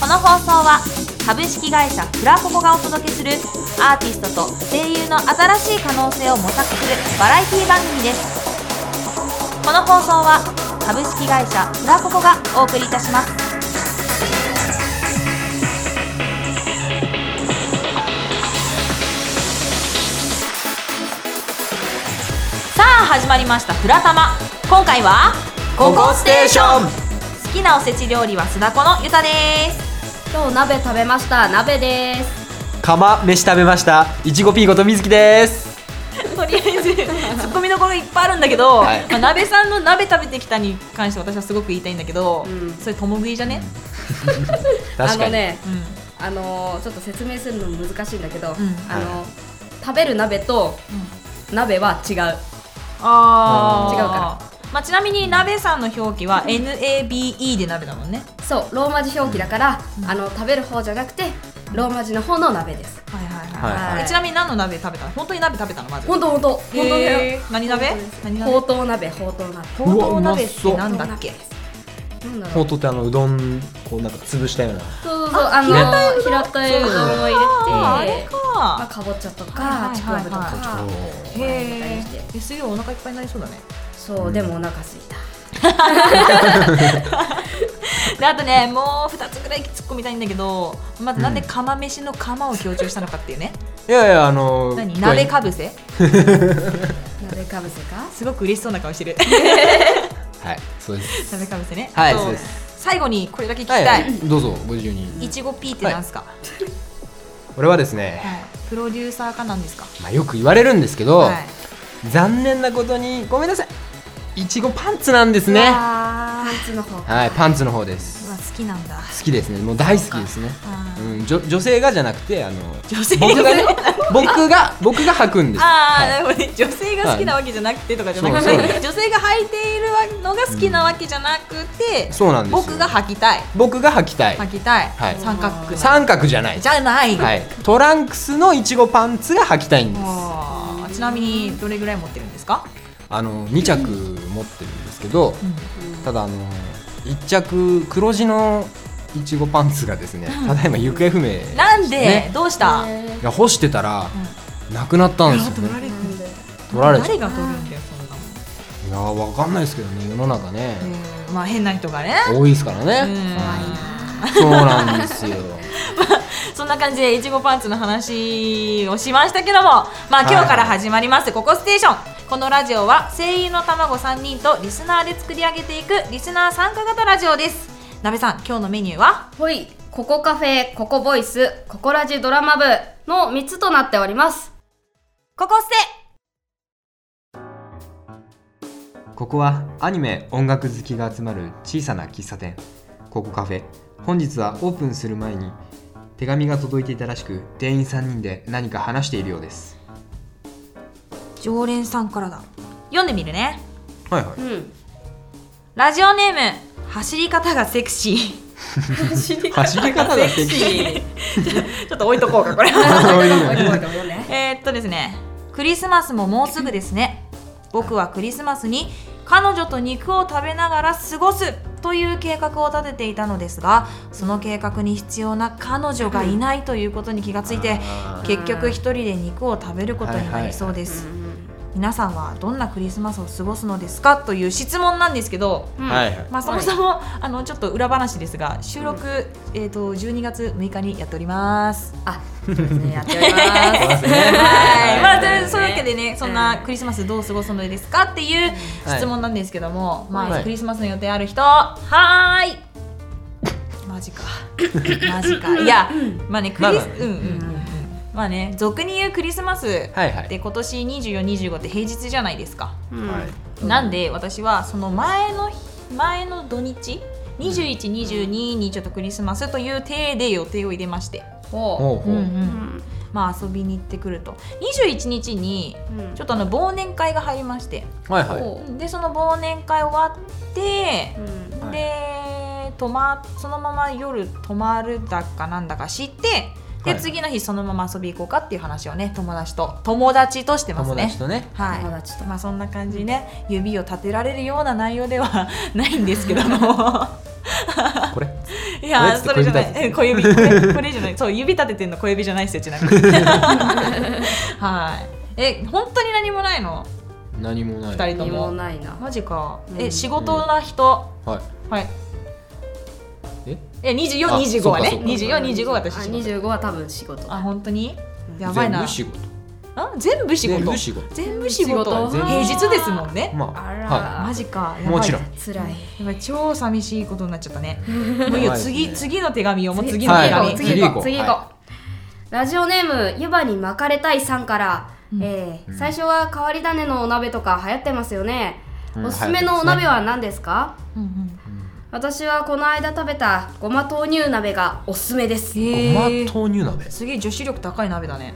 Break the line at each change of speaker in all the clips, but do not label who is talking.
この放送は株式会社フラココがお届けするアーティストと声優の新しい可能性を模索するバラエティ番組ですこの放送は株式会社フラココがお送りいたしますさあ始まりました「フラタマ」今回は「
ココステーション
好きなおせち料理は酢だこのゆたです
今日鍋食べました鍋です
釜飯食べましたいちごピーゴとみずきです
とりあえずツッコミどころいっぱいあるんだけど、
はい
まあ、鍋さんの鍋食べてきたに関して私はすごく言いたいんだけど、
うん
それ共食いじゃね、
確か
あの
に、
ね
うん、
あのーちょっと説明するの難しいんだけど、
ん
あのー食べる鍋と鍋は違う
あ
ー違うか
まあ、ちなみに鍋さんの表記は NABE で鍋だもんね
そうローマ字表記だから、あの食べる方じゃなくてローマ字の方の鍋です
はいはい
はいはい
はい
えちなみに何の鍋食べたの本当に鍋食べたのまず
ほんとほんとほんとだ
へ
よ
ー何鍋何鍋
ほうとう鍋ほうとう鍋
ほうとう鍋っ
う
て
わ
なんだっけ
なんだろ
ほ
う
うとうってあのうどんこうなんか潰したような
そうそうそうあのー平たいうどんを
ああ
入れ
れ
てまあ、
か
かぼちゃと
は
か
い
ちくわぶと
はいはい
か
へえ
はい
え水曜お腹いっぱいになりそうだ ね
そうでもお腹すいた
であとねもう2つぐらい突っ込みたいんだけどまずなんで釜飯の釜を強調したのかっていうね、
いやいやあの
何鍋かぶせ
鍋かぶせか
すごく嬉しそうな顔してる
はいそうです
鍋かぶせね
はい
あと
そうです
最後にこれだけ聞きたい、い、
どうぞご自由に
ちごピーってなんすか、
俺はですね、
はいプロデューサーかなんですか
まあ、よく言われるんですけど、
はい
残念なことにごめんなさいいちごパンツなんですね
う
は
わ
パンツの方
いパンツの方です
ーうわ好きなんだ
好きですねもう大好きですね
あ
う
ー
ん、女女性がじゃなくてあの
女性
僕がね僕が僕が履くんです
あー、
はい
なるほどね女性が好きなわけじゃなくてとかじゃなくて、
はいそうそう
女性が履いているのが好きなわけじゃなくて、
そうなんですよ
僕が履きたい
僕が履きたい
履きたい、
はい
三角く
三角じゃない
じゃない、
はい、トランクスのいちごパンツが履きたいんです
あーちなみにどれぐらい持ってるんですか、
あの2着持ってるんですけどただあの1着黒地のいちごパンツがですねただいま行方不明ですね
なんで、どうした、
いや干してたらなくなったんですよね
れ
なんで
取られちゃ
誰
う
が取るんだよそんなも
い
ん
やーわかんないですけどね世の中ね
うんまあ変な人がね
多いですからね
うん
うんそうなんですよ
そんな感じでいちごパンツの話をしましたけどもまあ
い
今日から始まります「ココステーション」このラジオは声優の卵3人とリスナーで作り上げていくリスナー参加型ラジオですなべさん今日のメニューは
ほい、ココカフェ、ココボイス、ココラジドラマ部の3つとなっております。
ココステ
ここはアニメ音楽好きが集まる小さな喫茶店ここカフェ本日はオープンする前に手紙が届いていたらしく店員3人で何か話しているようです
常連さんからだ読んでみるね
はいは
うん。
ラジオネーム走り方がセクシー
走り
走り方だって聞い
ちょっと置いとこう かこれ
ね。
えーっとですねクリスマスももうすぐですね僕はクリスマスに彼女と肉を食べながら過ごすという計画を立てていたのですがその計画に必要な彼女がいないということに気がついて結局一人で肉を食べることになりそうです、皆さんはどんなクリスマスを過ごすのですかという質問なんですけど
はい
まあ、そもそも、あのちょっと裏話ですが収録、えー、と12月6日にやっております。
あ、そうですね、やっております。
はい、まあ、
は
と
い
いうそういうわけでね、そんなクリスマスどう過ごすのですかっていう質問なんですけども、ま
は
あ、
い
クリスマスの予定ある人、はーい。マジか。マジか。いや、まあね、ク
まあ
リ
まあ
ス、うんうんうん。まあね、俗に言うクリスマスって、
はいはい
今年24、25って平日じゃないですか。
うん
なんで私はその前の日前の土日2122にちょっとクリスマスという体で予定を入れまして、
ほ
ほう
う
ほう、
んうん、まあ遊びに行ってくると21日に
うん
ちょっとあの忘年会が入りまして
はいは
う
い
ほ
でその忘年会終わって
う。うん
はい
で泊まそのまま夜泊まるだかなんだか知ってで、
はい
次の日そのまま遊び行こうかっていう話をね友達と友達としてます
友
ね
達とね
はい
友達と
まあそんな感じにね指を立てられるような内容ではないんですけど も
これ
いやそ
こ
れ
れ
じゃな
小指立て
いうん小指これこれじゃないそう指立ててんの小指じゃないっすよちな みにはいえ本当に何もないの
何もない
二人と
何も
も
ないな
マジか
う
え
ん
仕事な人
はい
はい
え
え
あ
2425は
そ
ね
うか
2425は私
あ
仕事
25は多分仕事
あ本当に
うん
やばいな
全部仕事
あ全部仕
全
事
部仕事
全部仕
仕
事
事
平日ですもんね
まあ
あら
はい
マジかやばい
もちろん
つらい
やばい超寂しいことになっちゃった ねもういい
やばい
よ
です
次
ね
次の手紙をもう次
次
の
の
は
手
い
紙、
行こう次行こう
次
次
行こう
行こうラジオネーム湯葉に巻かれたいさんから、
うん
えー
うん
最初は変わり種のお鍋とか流行ってますよね、
うん
おすすめのお鍋は何ですか
うんうん
私はこの間食べたごま豆乳鍋がおすすめですね
ごま
へえ
豆乳鍋
すげえ女子力高い鍋だね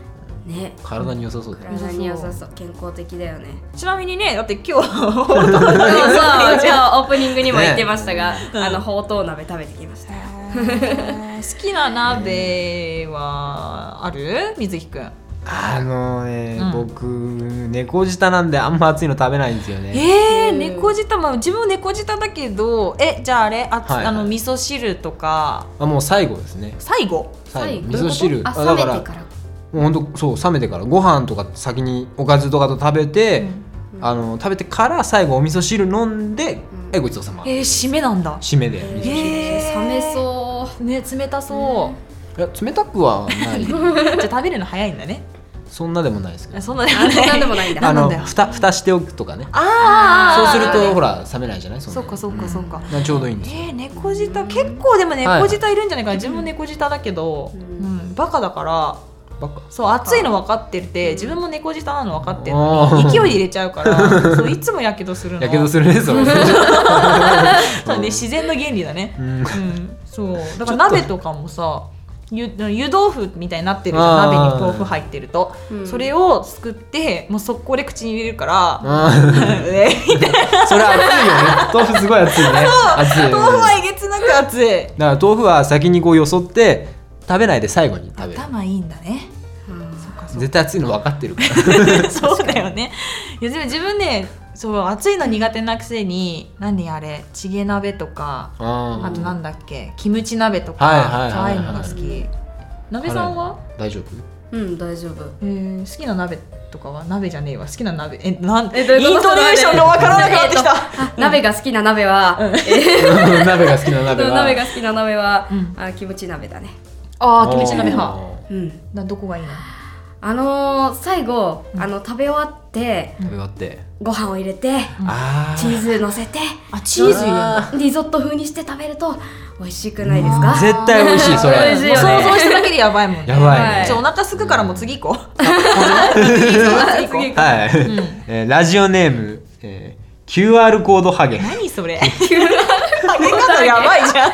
体に良さそうだよ
体に良さそう健康的だよね
ちなみにねだって今日 ほう
そうそう じゃあオープニングにも言ってましたが、あのほうとう鍋食べてきましたよ
好きな鍋はある水木くん
あのね、
うん
僕猫舌なんであんま熱いの食べないんですよね
えー、
うん
猫舌まあ自分も猫舌だけどえじゃああれあ,、
はいはい
あの味噌汁とか
あもう最後ですね
最後
最後
ど
味
ういう
噌
こと
汁だ
あ冷
から
めてから
もうほんとそう冷めてからご飯とか先におかずとかと食べて、
うん
あの食べてから最後お味噌汁飲んで、
ん
はいごちそうさま、
えー、締めなんだ
締めで、
えー
へー
冷めそ
ね冷たそ
いや冷たくはない
う、じゃあ食べるの早いんだね
そんなでもないですけど
そんな
うあそんなんでもないんだ
な
あ
んなん
の
だよ
ふた蓋しておくとかね
あ
そう
ー
する
あー
とほら冷めないじゃないそんな
そっかそっかそっか、
なちょうどいいんですよ
えー、猫舌結構でも猫舌いるんじゃないかな、自分も猫舌だけど、う
うん
んバカだから
ばっか
そう熱いの分かってて自分も猫舌なの分かってる
あ
の
ー
に勢いで入れちゃうから そういつもやけどするの
やけどするねそれ
そうね自然の原理だね
うん
うんそうだ
ちょ
から
っと
鍋とかもさ湯湯豆腐みたいになってるじゃん
あー
鍋に豆腐入ってると、
うん
それをすくってもう速攻で口に入れるから、
あ
えー
ーそれ熱いよね豆腐すごい熱いね熱い
豆腐はえげつなく熱い
だから豆腐は先にこうよそって食べないで最後に食べる
頭いいんだね
う、うん
そっかそっか
絶対熱いの分かってるから
そうだよね。いやでも自分ね、そう暑いの苦手なくせに、何あれ、チゲ鍋とか、あ
あ
となんだっけ、キムチ鍋と
はい
か、
はい
そうあ
は
あ
いはい
いうのが好き。鍋さんは、
大丈夫
うん、大丈夫
えー好きな鍋とかは鍋じゃねえわ、好きな鍋、え、なん、
えどういうこと
イントネーションがわからなくなってきた。
あ鍋が好きな鍋は、
鍋が好きな鍋
鍋
は
が好きな鍋は、
うん
あキムチ鍋だね
ああ、キムチ鍋派。
は
うん
などこがいいの
あのー、最後、
うん
あの食べ終わって
食べ終わって
ご飯を入れて
あ
チーズ乗せて
あ、チーズ入れるんだ。
あ
リゾット風にして食べると美味しくないですか
絶対美味しいそれ
美味しいよね
もう想像しただけでやばいもんね。
やばい
は
ね
ちょお腹すくからもう次行こう。 次行こう。次行こ
はい、
ん
えーラジオネーム、えー QR コードハゲ
う。何それ。ハ ゲ方やばいじゃん。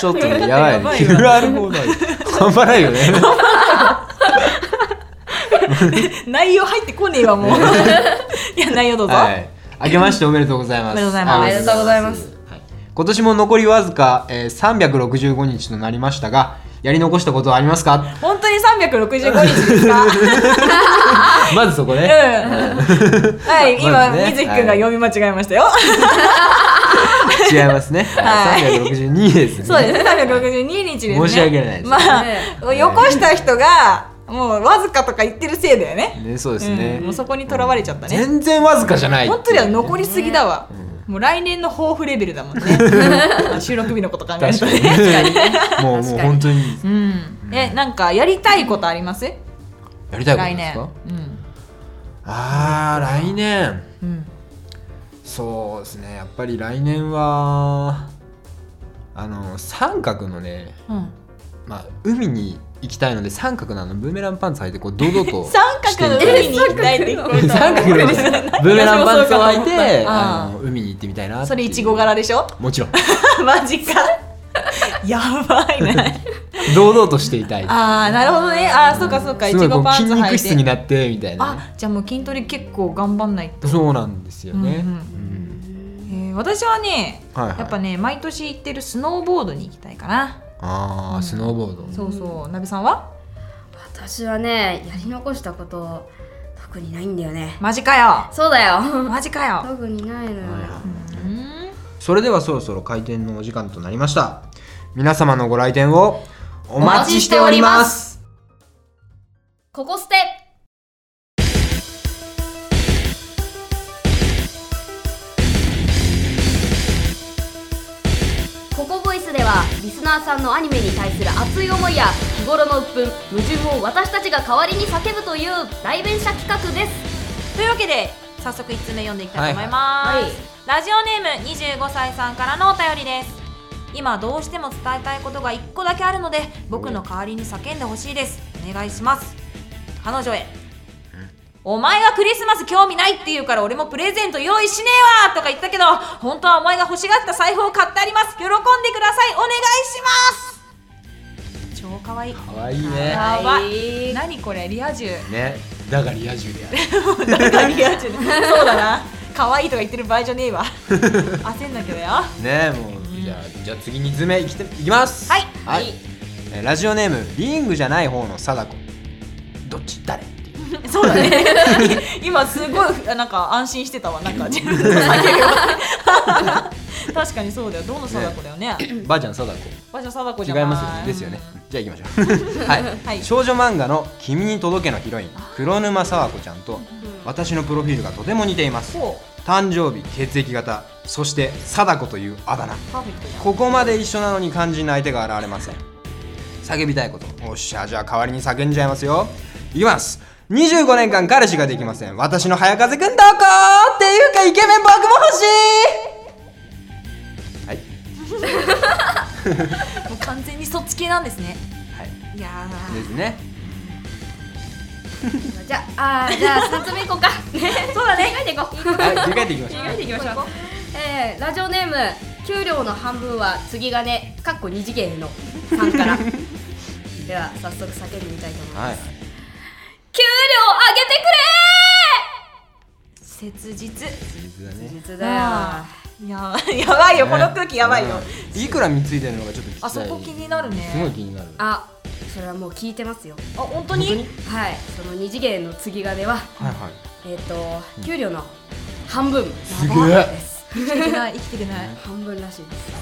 ちょっとねやばい
やばいわ
QR コード ハゲ頑張らないよね
内容入ってこねえわもう いや内容どうぞ、
はい明けましておめでとうございます
おめでとうございます
おめでとうございます
はい今年も残りわずか、えー、365日となりましたがやり残したことはありますか
本当に365日で すか
まずそこ
うん
ね
はい今、
まずね
水木くんが読み間違えましたよ、
違いますね、
はい
362ですね
そうですね362日ですね
申し訳ないです
まあ、
はい
よこした人がもうわずかとか言ってるせいだよね
ねそうですね、
うんもうそこにとらわれちゃったね
全然わずかじゃない
本当には
り
残りすぎだわ、もう来年の抱負レベルだもんね うん収録日のこと考える
確
と
かに
ね
もうもう本当に
うんえなんかやりたいことあります
やりたいこと
来
です
年
かあー来年
うん、うん
そうですねやっぱり来年はあの三角のね、
うん
まあ、海に行きたいので三角なのブーメランパンツ履いてこう堂々 と
三角の海に行きたいって言って
三角の海ですブーメランパンツを履いて
あー
あの海に行ってみたいなってい
た
う
それいちご柄でしょ
もちろん
マジ かやばいね
堂々としていたい
ああなるほどねああそうかそうかい
すご
ち
いこ
ご
う
パン
筋
ツ履
肉
い
質に
て
なってみたいなね
あじゃあもう筋トレ結構頑張んないと、
そうなんですよね、
うんうんえー私はね
うんはいはい
やっぱね毎年行ってるスノーボードに行きたいかな
ああ、スノーボード
そうそうなべさんは
私はねやり残したこと特にないんだよね
マジかよ
そう だよ
マジかよ
特にないのよ
うん
それではそろそろ開店のお時間となりました皆様のご来店をお待ちしております
ここ捨てここボイスではリスナーさんのアニメに対する熱い思いや日頃の鬱憤矛盾を私たちが代わりに叫ぶという代弁者企画です
というわけで早速1つ目読んでいきたいと思います、
はいはい
ラジオネーム25歳さんからのお便りです今どうしても伝えたいことが1個だけあるので僕の代わりに叫んでほしいですお願いします彼女へお前がクリスマス興味ないって言うから俺もプレゼント用意しねえわとか言ったけど本当はお前が欲しがった財布を買ってあります喜んでくださいお願いします超可愛い
かわいい
や
ね
ば
い
い何これリア充
ねだがリア充でやる
なんかリア充でそうだな可愛いとか言ってる場合じゃね えわ焦んなけどよ
ねもうじゃあじゃあ次2つ目いきていきます
はい
はいえーラジオネームリングじゃない方の貞子どっち誰っていう
そう だね今すごいなんか安心してたわなんか自分で下げるよ確かにそうだよどの貞子だよね
ばあちゃん貞子
場所貞子
違
じ
い
ゃない
ますよねですよねじゃあ行きまし ょうはい、
はい
少女漫画の「君に届け」のヒロイン黒沼沙和子ちゃんと私のプロフィールがとても似ています
こ
誕生日血液型そして貞子というあだ名
うパーフェクトじゃん
ここまで一緒なのに肝心な相手が現れません叫びたいことおっしゃじゃあ代わりに叫んじゃいますよいきます25年間彼氏ができません私の早風くんどこっていうかイケメン僕も欲しいはい
もう完全にそっち系なんですね
はい
いや
ですね
じゃああーじゃあ3つ目いこうか そうだね考えていこう
はい切り替えていきましょう
えていきましょうえー、ラジオネーム給料の半分は継ぎ金かっこ二次元の3から では早速叫んでみたいと思います、
はい
給
ー切実
切実だね
料上げてくれー実だよ
だよいやーやばいよこの空気やばいよ、
うんいくら貢いでるのかちょっと聞きたい
あそこ気になるね
すごい気になる
あそれはもう聞いてますよ
あ本当に
本当に
はいその二次元の継ぎ金は
はいはい
えっ、と給料の半分
すげえ
です
生きていけない生きていけない
半分らしいです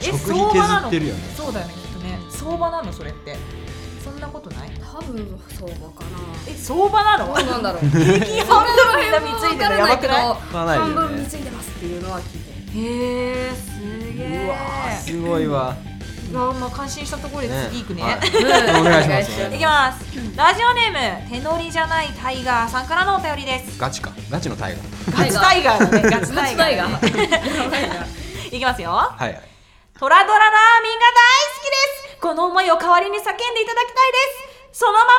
え
食費
相場な
削
の
ってるよね
そうだよねきっとね相場なのそれってそんなことない
多分そうか
え相場 なの
などうなんだろう
平均半分みんな貢いでるのやばくない
わ
か
から
ない
ら
よ
な
ね
いけど半分貢いでますっていうのは聞いてる
へえすげえ
うわーすごいわ
うわまあ感心したところで次行くね
はい
い
お願いします
お願いしま
きますラジオネーム手乗りじゃないタイガーさんからのお便りです
ガチかガチのタイガー
ガチタイガーだねガチ
ガ
タ
チ
イガ
タ
ー
イガーやばいな
行きますよ
はいはい
トラドララーミンが大好きですこの思いを代わりに叫んでいただきたいですそのままの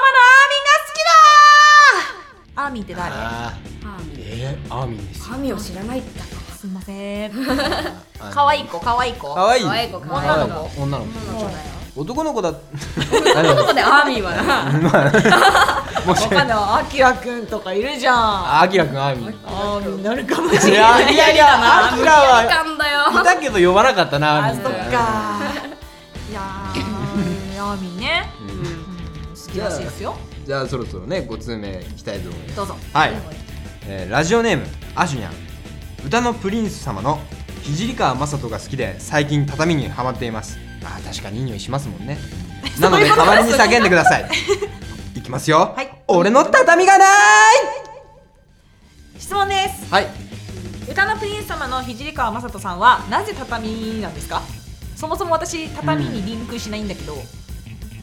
アーミンが好きだーアーミンって誰
あ
ハーミ
ーえー、アーミンです
ーミーを知らないんだ
すいません
あの
可愛い子可愛い子
可愛い
可愛い子可
愛い子
女の
女の子だよ
子男の子だ
ということでアーミーはな
も
わ
し
かんないわあきらくんとかいるじゃんあ
あきらくんアーミン
ーみんななるかもし
い
れない
やいやいやあきらは
んだよ
いたけど呼ばなかったなア
あ
ー
そ
ミ
っ
ン
かいやーあーみんね
うん
好きらしいですよ
じゃあそろそろね5通目いきたいと思います
どうぞ
はい、えーラジオネームアシュニャン歌のプリンス様の聖川雅人が好きで最近畳にはまっていますあー確かにいい匂いしますも んねなので代わりに叫んでくださいいきますよ、
はい
俺の畳がない
質問です
はい
歌のプリンス様の聖川雅人さんはなぜ畳なんですかそもそも私畳にリンクしないんだけど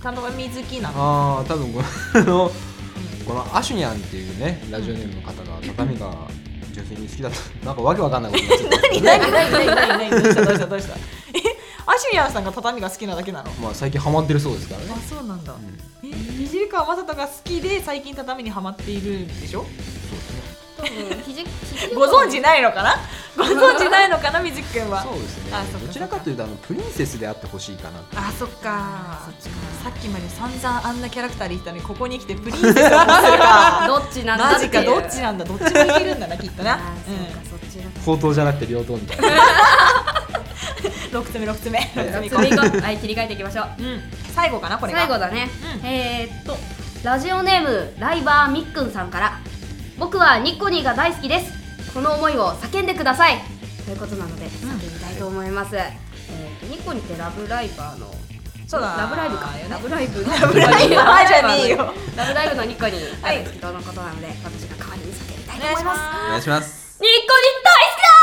畳好きなの
ああ多分この このアシュニャンっていうねラジオネームの方が畳が女性に好きだ ったなんかわけわかんないことになっちゃったんですけど
何何何何何どうしたどうしたどうしたえアシュリアンさんが畳が好きなだけなの
まあ最近ハマってるそうですからね
あそうなんだ、
ん
え聖川雅人が好きで最近畳にはまっているんでしょ
多分肘肘
ご存知ないのかなご存知ないのかな水木くんは
そうですね
あそっか
どちらかというとあのプリンセスであってほしいかな
あそっか
そっち
さ
か
っきまで散々あんなキャラクターでいたのにここに来てプリンセスをする か
どっちなんだ
マ
ってい
ジ
う
かどっちなんだどっち もいけるんだなきっとな
あーそううかそっちだ
口頭じゃなくて両頭みたいな
6つ目6つ目
次
6つ
行こ
目か
うはい切り替えていきましょ
う
う
ん最後かなこれが
最後だね、
うん
えー、っとラジオネームライバーみっくんさんから僕はニッコニーが大好きですこの思いを叫んでくださいということなので叫びたいと思います、えーっとニコニってラブライバーの
そうだ
ラブライブかラブライブの
ラブライブ
ラ
じ
イ
ゃ
ブの
ねえ よ
ラブライブのニコニー
はい
なんですけどのことなので私が代わりに叫びたい
お
と
願い
思
し
い
ま
ますす
お願いします
ニッコニ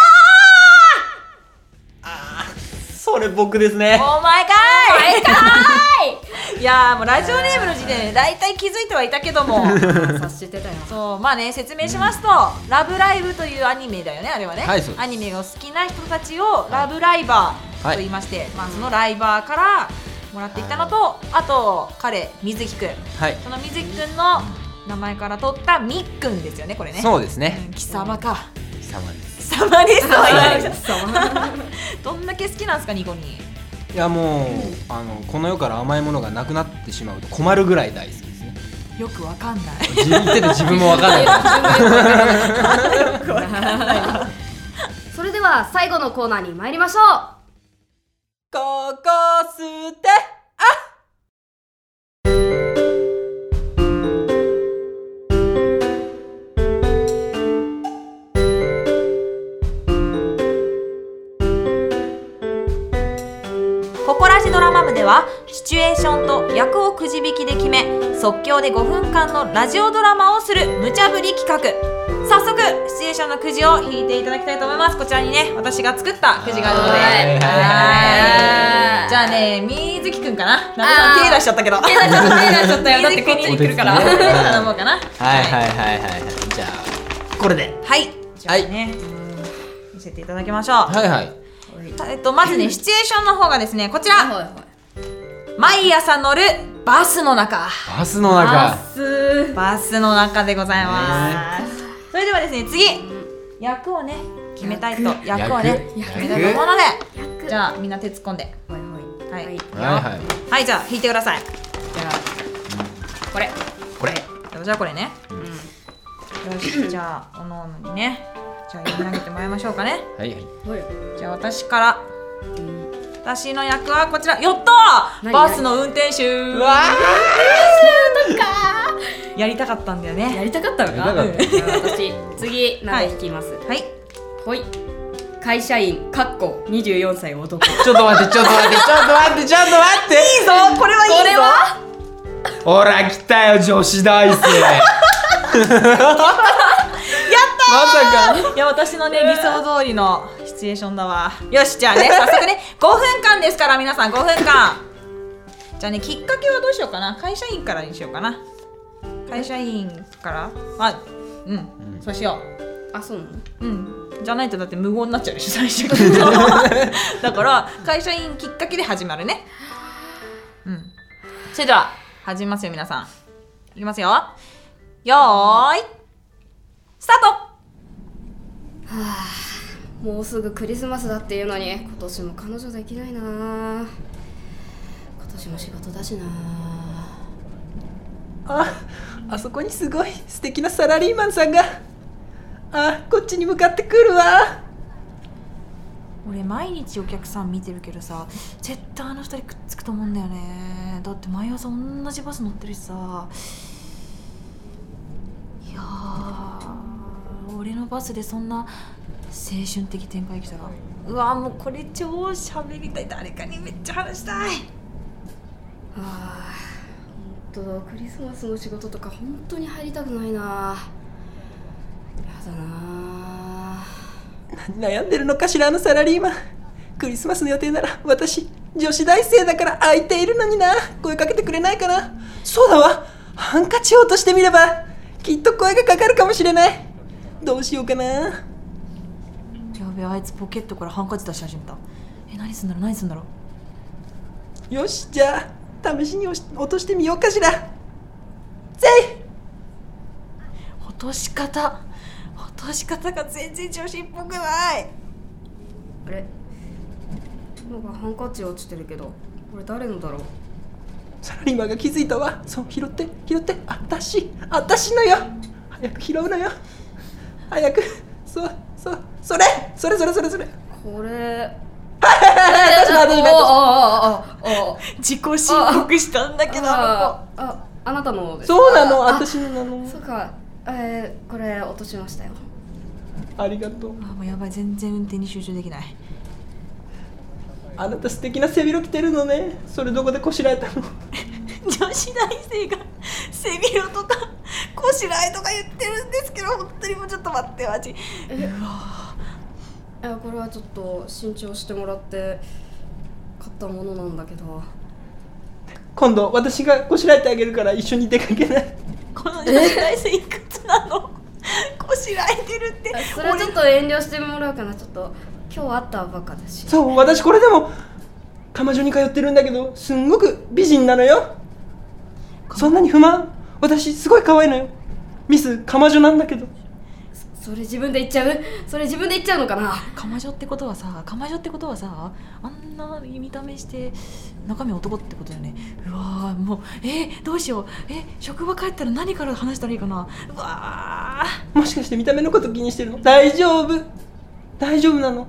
それ僕ですね
お前か
大好きだ
いいやーもうラジオネームの時点で大体気づいてはいたけども
ーかーい察してたよ
そうまあね説明しますと「ラブライブ!」というアニメだよねあれはね、
はいそうです
アニメが好きな人たちをラブライバーと言いまして、まあ、そのライバーからもらってきたのと、あと彼水木くん
はい
その水木くんの名前から取ったみっくんですよねこれね
そうです
う
ね
ん貴様か
貴様です
貴様ですとは言われちゃっ
そう
たどんだけ好きなんですかニコニー
いやもうあのこの世から甘いものがなくなってしまうと困るぐらい大好きですね
よくわかんない
自言ってて自分もわかんない
それでは最後のコーナーに参りましょう
ここ捨てあここらしドラマ部ではシチュエーションと役をくじ引きで決め即興で5分間のラジオドラマをする無茶ぶり企画早速シチュエーションのくじを引いていただきたいと思いますこちらにね私が作ったくじがあるので
はい
はいじゃあね、みずきくんかな。なべさん手出しちゃったけど。手出しちゃった、手出しちゃったよ。だってこっちに来るから。
お 手つきね
頼もうかな。
はいはいはいはいはいじゃあこれで
はい。じゃあね、うん見せていただきましょ。
はいはいう
えっと、まずね、シチュエーションの方がですね、こちら。
はいはい
毎朝乗るバスの中。
バスの中
す
バスの中でございます。それではですね、次。役をね、決めたいと。役をね、
役
決めたいと思うので。
役
じゃあ、みんな手突っ込んで。
はいはい
は
はいい
はいはい
はい、じゃあ、引いてください。
じゃあこれ
これ
じゃあ、これね。
うん
よし、じゃあ、おのおのにね。じゃあ、読み上げてもらいましょうかね。
はいはい
はい
じゃあ、私から。私の役はこちら。やったー
何
バスの運転手
うわ
やりたかったんだよね。
やりたかったのか
やりたか
じゃあ私次何で引きます
はい。
はい会社員かっこ24歳男こ
ちょっと待ってちょっと待ってちょっと待ってちょっと待って
いいぞこれはいいぞ
れは
ほら来たよ女子大生 やったまさか
いや、私のね、理想通りのシチュエーションだわ。よし、じ ゃあね、早速ね、5分間ですから、皆さん、5分間。じゃあね、きっかけはどうしようかな。会社員からにしようかな。会社員からあ、うん、そうしよう。
あそうなの
うん、じゃないとだって無言になっちゃうでしょ最初だから会社員きっかけで始まるねうんそれでは始めますよ皆さんいきますよよーいスター
もうすぐクリスマスだっていうのに今年も彼女できないな今年も仕事だしな
ああそこにすごい素敵なサラリーマンさんがあこっちに向かってくるわ
ト俺毎日お客さん見てるけどさ絶対あの二人くっつくと思うんだよねだって毎朝同じバス乗ってるしさいやー俺のバスでそんな青春的展開来たらうわーもうこれ超喋りたい誰かにめっちゃ話したい
あーほんとクリスマスの仕事とか本当に入りたくないなやだな
悩んでるのかしらあのサラリーマンクリスマスの予定なら私女子大生だから空いているのにな声かけてくれないかなそうだわハンカチを落としてみればきっと声がかかるかもしれないどうしようかな
やべえあいつポケットからハンカチ出し始めたえ何すんだろう何すんだろう
よしじゃあ試しに押し落としてみようかしらぜい
落とし方落とし方が全然女子っぽくない
あれなんかハンカチ落ちてるけどこれ誰のだろう
サラリーマンが気づいたわそう拾って拾ってあたしあたしのよ早く拾うのよ早くそうそうそれそれそれそれそれ
これ
私も私も私も
おおおおおお
自己申告したんだけどあ
あああなたのですか
そうなの
あ
私のなの
そうかえー、これ落としましたよ
ありがとう
もうやばい全然運転に集中できない
あなた素敵な背広着てるのねそれどこでこしらえたの
女子大生が背広とかこしらえとか言ってるんですけど本当にもうちょっと待ってマジ
えこれはちょっと新調してもらって買ったものなんだけど
今度私がこしらえてあげるから一緒に出かけない
この女子大生いくつなのこしらえてるって
それはちょっと遠慮してもらうかなちょっと今日会ったばかだし
そう私これでも玉女に通ってるんだけどすんごく美人なのよそんなに不満私すごい可愛いのよミス玉女なんだけど
それ自分で言っちゃうそれ自分で言っちゃうのかな
かまじょってことはさかまじょってことはさあんな見た目して中身男ってことよねうわーもうえーどうしようえ職場帰ったら何から話したらいいかなうわ
もしかして見た目のこと気にしてるの大丈夫大丈夫なの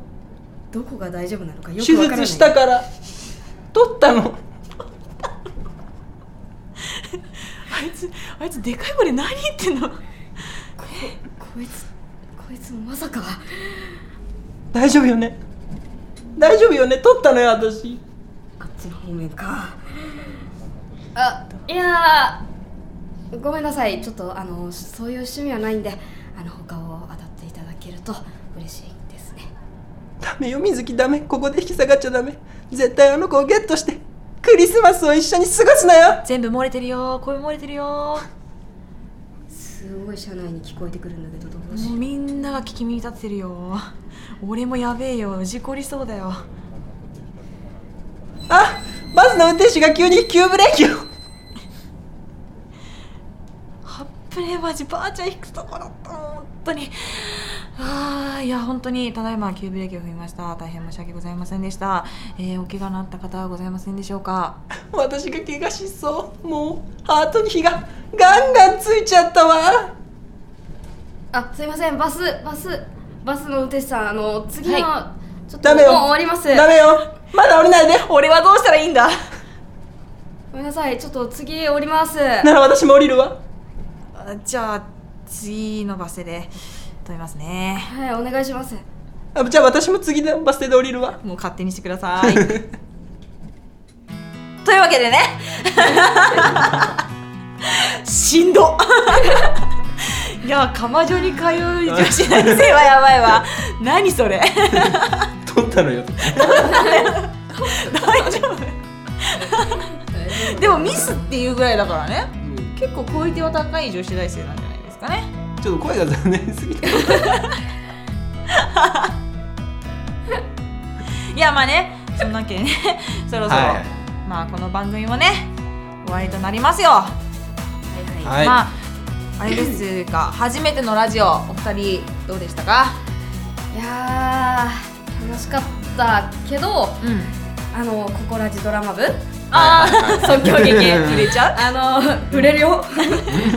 どこが大丈夫なのかよ
手
くわからない
術したから取ったの
ーあいつあいつでかい声で何言ってんの
こいつこいつまさか
大丈夫よね大丈夫よね取ったのよ私
あっちの方面かあいやーごめんなさいちょっとあのそういう趣味はないんであの他を当たっていただけると嬉しいですね
ダメよ水木ダメここで引き下がっちゃダメ絶対あの子をゲットしてクリスマスを一緒に過ごすなよ
全部漏れてるよ声漏れてるよ
すごい車内に聞こえてくるんだけどどうし
も
よ
うみんなが聞き耳立ってるよ俺もやべえよ事故りそうだよ
あバスの運転手が急に急ブレーキを
ハップレマジばあちゃん引くとこだった本当にあーいや本当にただいま急ブレーキを踏みました大変申し訳ございませんでした、えーお怪我のあった方はございませんでしょうか
私が怪我しそうもうハートに火がガンガンついちゃったわ
うあすいませんバスバスバスの運転手さんあの次の、ちょっと
ダメ
もう
よ
終わります
ダメよまだ降りないで
俺はどうしたらいいんだ
ごめんなさいちょっと次降ります
なら私も降りるわ
あじゃあ次のバス停で飛びますね
はいお願いします
あじゃあ私も次のバス停で降りるわ
もう勝手にしてくださ いというわけでねしんど いや釜女に通う女子大生はやばいわ何それ
取ったのよ
大丈夫でもミスっていうぐらいだからね結構クオリティは高い女子大生なんじゃないですかね
ちょっと声が残念すぎて
いやまあねそんなわけでね そろそろ、
は
まあこの番組もね終わりとなりますよ、
いはい、
まああれですが初めてのラジオお二人どうでしたか
いやー楽しかったけど
うん
あのここラジドラマ部
あ
はいはいはい
即興劇入れちゃ う
あの触れるよ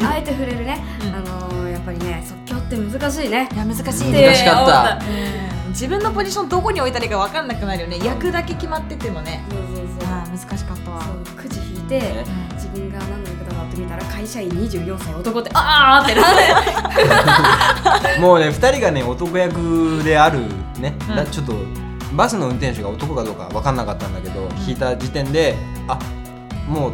あえて触れるね、あのやっぱりね即興って難しいね
いや難しい
て
ね
難しかった
うん自分のポジションどこに置いたらいいか分かんなくなるよね役だけ決まっててもね
そうそう
ああ難しかったわ
そうそうくじ引いて
ね
うん
自分が何の役だかって見たら会社員24歳男ってああってなる
もうね2人がね男役であるね、
うん
なちょっとバスの運転手が男かどうか分かんなかったんだけど、聞いた時点であもう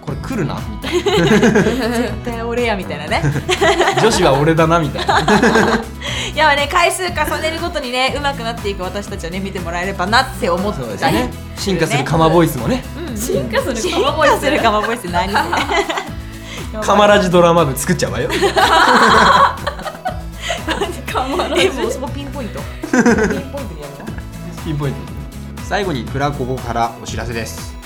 これ来るなみたい
絶対俺やみたいなね
な女子は俺だなみたいない
やね回数重ねるごとにね上手くなっていく私たちをね見てもらえればなって思って
そうです
た
よね進化するカマボイスもね
うん
進化する
進
カマボイス
化するカマボイスって何
カマラジドラマ部作っちゃうわよ
かも
えもうそこピンポイントピンポイントでやるの
ピンポイント最後にクラココからお知らせです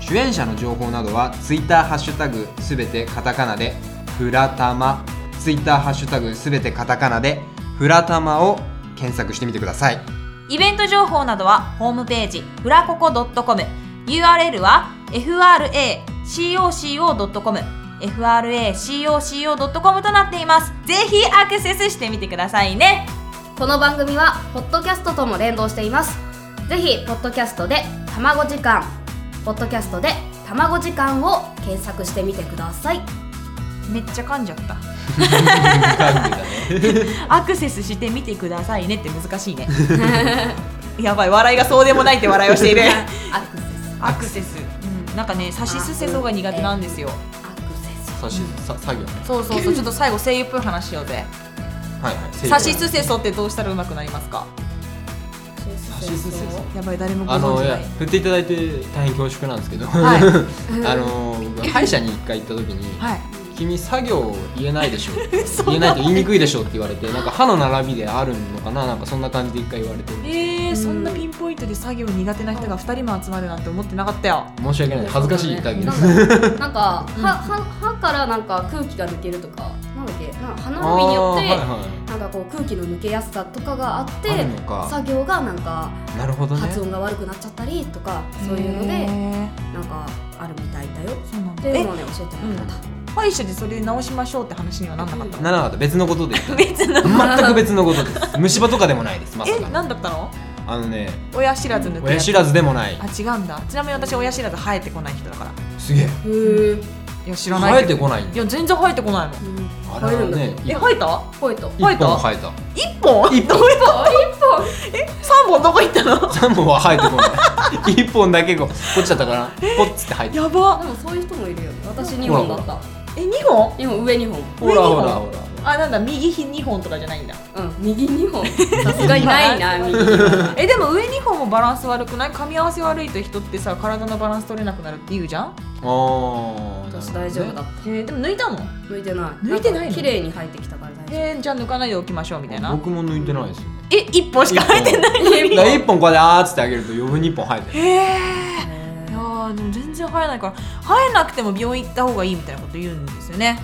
主演者の情報などは Twitter ハッシュタグすべてカタカナで「フラタマ」Twitter ハッシュタグすべてカタカナで「フラタマ」を検索してみてください
イベント情報などはホームページフラココ .com URL は fracoco.com fracoco.com となっていますぜひアクセスしてみてくださいね
この番組はポッドキャストとも連動していますぜひポッドキャストで「たまご時間」ポッドキャストで「たまご時間」を検索してみてください
めっちゃ噛んじゃ った
噛んでたね
アクセスしてみてくださいねって難しいね やばい笑いがそうでもないって笑いをしている
アク
アクセ
セス
ス、うん、なんかねサシスセソが苦手なんですよ
アク
さ
セ
しさ作業ね
そうそうそうちょっと最後声優っぽい話しようぜ
はいはい
サシスセソってどうしたらうまくなりますか
ス
サシスセソ
やばい誰もご
あ
存
のい
知な
や
い
振っていただいて大変恐縮なんですけど、
は い
あの僕歯医者に一回行った時に、
はい
君作業言えないでしょ言えないと言いにくいでしょって言われてなんか歯の並びであるのかななんかそんな感じで一回言われて
えー、そんなピンポイントで作業苦手な人が2人も集まるなんて思ってなかったよ
申し訳ない恥ずかしい限りです
なんかなんかは
うん
は歯からなんか空気が抜けるとかなんだっけなんか歯並びによっ
あー
て、
はいはい
なんかこう空気の抜けやすさとかがあって
あるのか
作業がなんか
なるほどね
発音が悪くなっちゃったりとかそういうの
へ
で
ー
なんかあるみたいだよ
そうなん
っ
だ
ていう
え
のをね教えてもらった、
歯医者でそれで直しましょうって話にはなんなかったの、
ならなかった別のことです
別の
全く別のことです虫歯とかでもないですまさ
え
か
何だったの
あのね
親知らず抜け
親知らずでもない
あ違うんだちなみに私親知らず生えてこない人だから
すげえ
へえ
いや知らない
生え
け
て
ど
こないん
い
だ
や全然生えてこないの
あれはね
え生えた
声と
生え
一
た
本生えた
一本
一本
どういうことえ三本どこ行ったの
三本は生えてこない一本だけこう落ちちゃったからポッつって生えて
やば
でもそういう人もいるよね私2本だっ
ほら
た
え二本
2本上2本
ほら
上に
ほ
も
らほら
あなんだ右ひ二本とかじゃないんだ
うん右2本さすがにないな右二本
えでも上二本もバランス悪くない噛み合わせ悪いと人ってさ体のバランス取れなくなるって言うじゃん
ああ
私大丈夫だっ
えーでも抜いたの
た抜いてない
抜いてないの
んか綺麗に入ってきたから大丈夫
えーじゃあ抜かないでおきましょうみたいな
僕も抜いてないですよ ね
え一本しか生えてない
いのにだから一本こうやってあーっつってあげると余分に一本生えてる
へえいやーでも全然生えないから生えなくても病院行った方がいいみたいなこと言うんですよね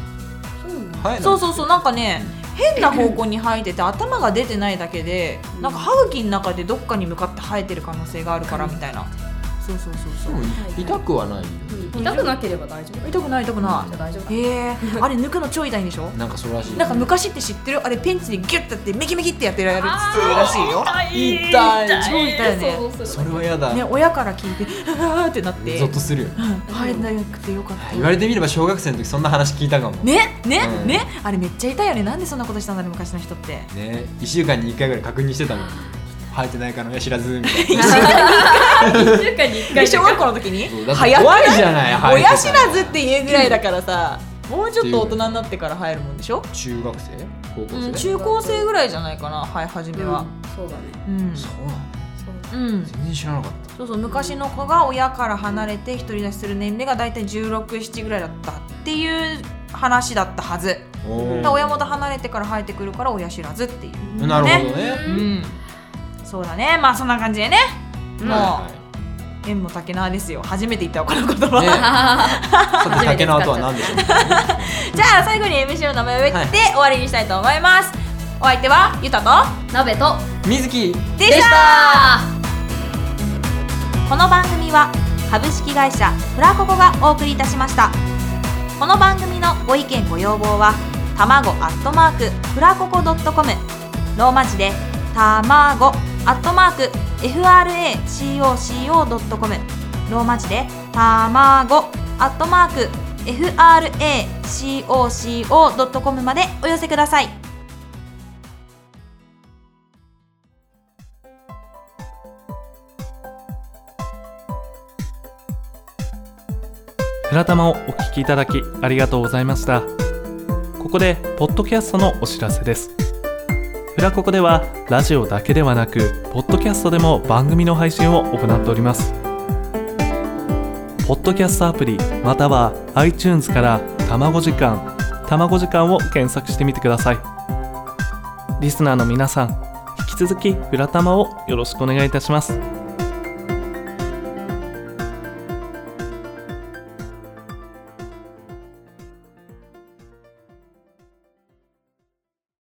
生えない
そうそうそうなんかね変な方向に生えてて頭が出てないだけで
うん
なんか歯茎の中でどっかに向かって生えてる可能性があるからみたいなそうそうそうそう
でも痛くはないよね
うん痛くなければ大丈夫
痛くない痛くな
じゃあ大丈夫
いへえー、あれ抜くの超痛いんでしょ
なんかそうらしい
なんか昔って知ってるあれペンチでギュッてやってメキメキってやってられるらしいよ
痛い
超痛いよね
そう
そ れは嫌だ
ね
ゾ
親から聞いて「ああ」ってなって、う
ッ
ん
とするよね
生えなくてよかった
言われてみれば小学生の時そんな話聞いたかもね
ねね、
うん
ねあれめっちゃ痛いよねなんでそんなことしたんだろう昔の人って
1週間に1回ぐらい確認してたの生えてないかの親知らずみた いな
1週間に1回
小学校の時に
そうだって
早く
怖いじゃない生えてたら
親知らずって言うぐらいだからさ、もうちょっと大人になってから生えるもんでしょ、
中学生高校
うん、
生
中高生ぐらいじゃないかな生え始めは
そうだね
うん、
そうなんだ
うん
全然知らなかっ
そうそう昔の子が親から離れて独り立ちする年齢が大体167ぐらいだったっていう話だったはず、だか
たおー
ら親元離れてから生えてくるから親知らずっていう、
なるほどね
う、ん、そうだねまあそんな感じでね
うん
も
はいう
縁も竹縄ですよ初めて言ったわこの 言葉、
ねさて
初めて使っちゃった
竹の後は何でしょう
じゃあ最後に MC の名前を言って、
はい
終わりにしたいと思いますお相手はゆたと
鍋と
水木
で
でした
この番組は株式会社フラココがお送りいたしましたこの番組のご意見ご要望は卵アットマークフラココドットコムローマ字で卵アットマーク fracoco.com ローマ字で卵アットマーク fracoco.com までお寄せください
フラタマをお聞きいただきありがとうございましたここでポッドキャストのお知らせですフラココではラジオだけではなくポッドキャストでも番組の配信を行っておりますポッドキャストアプリまたは iTunes から卵時間卵時間を検索してみてくださいリスナーの皆さん引き続きフラタマをよろしくお願いいたします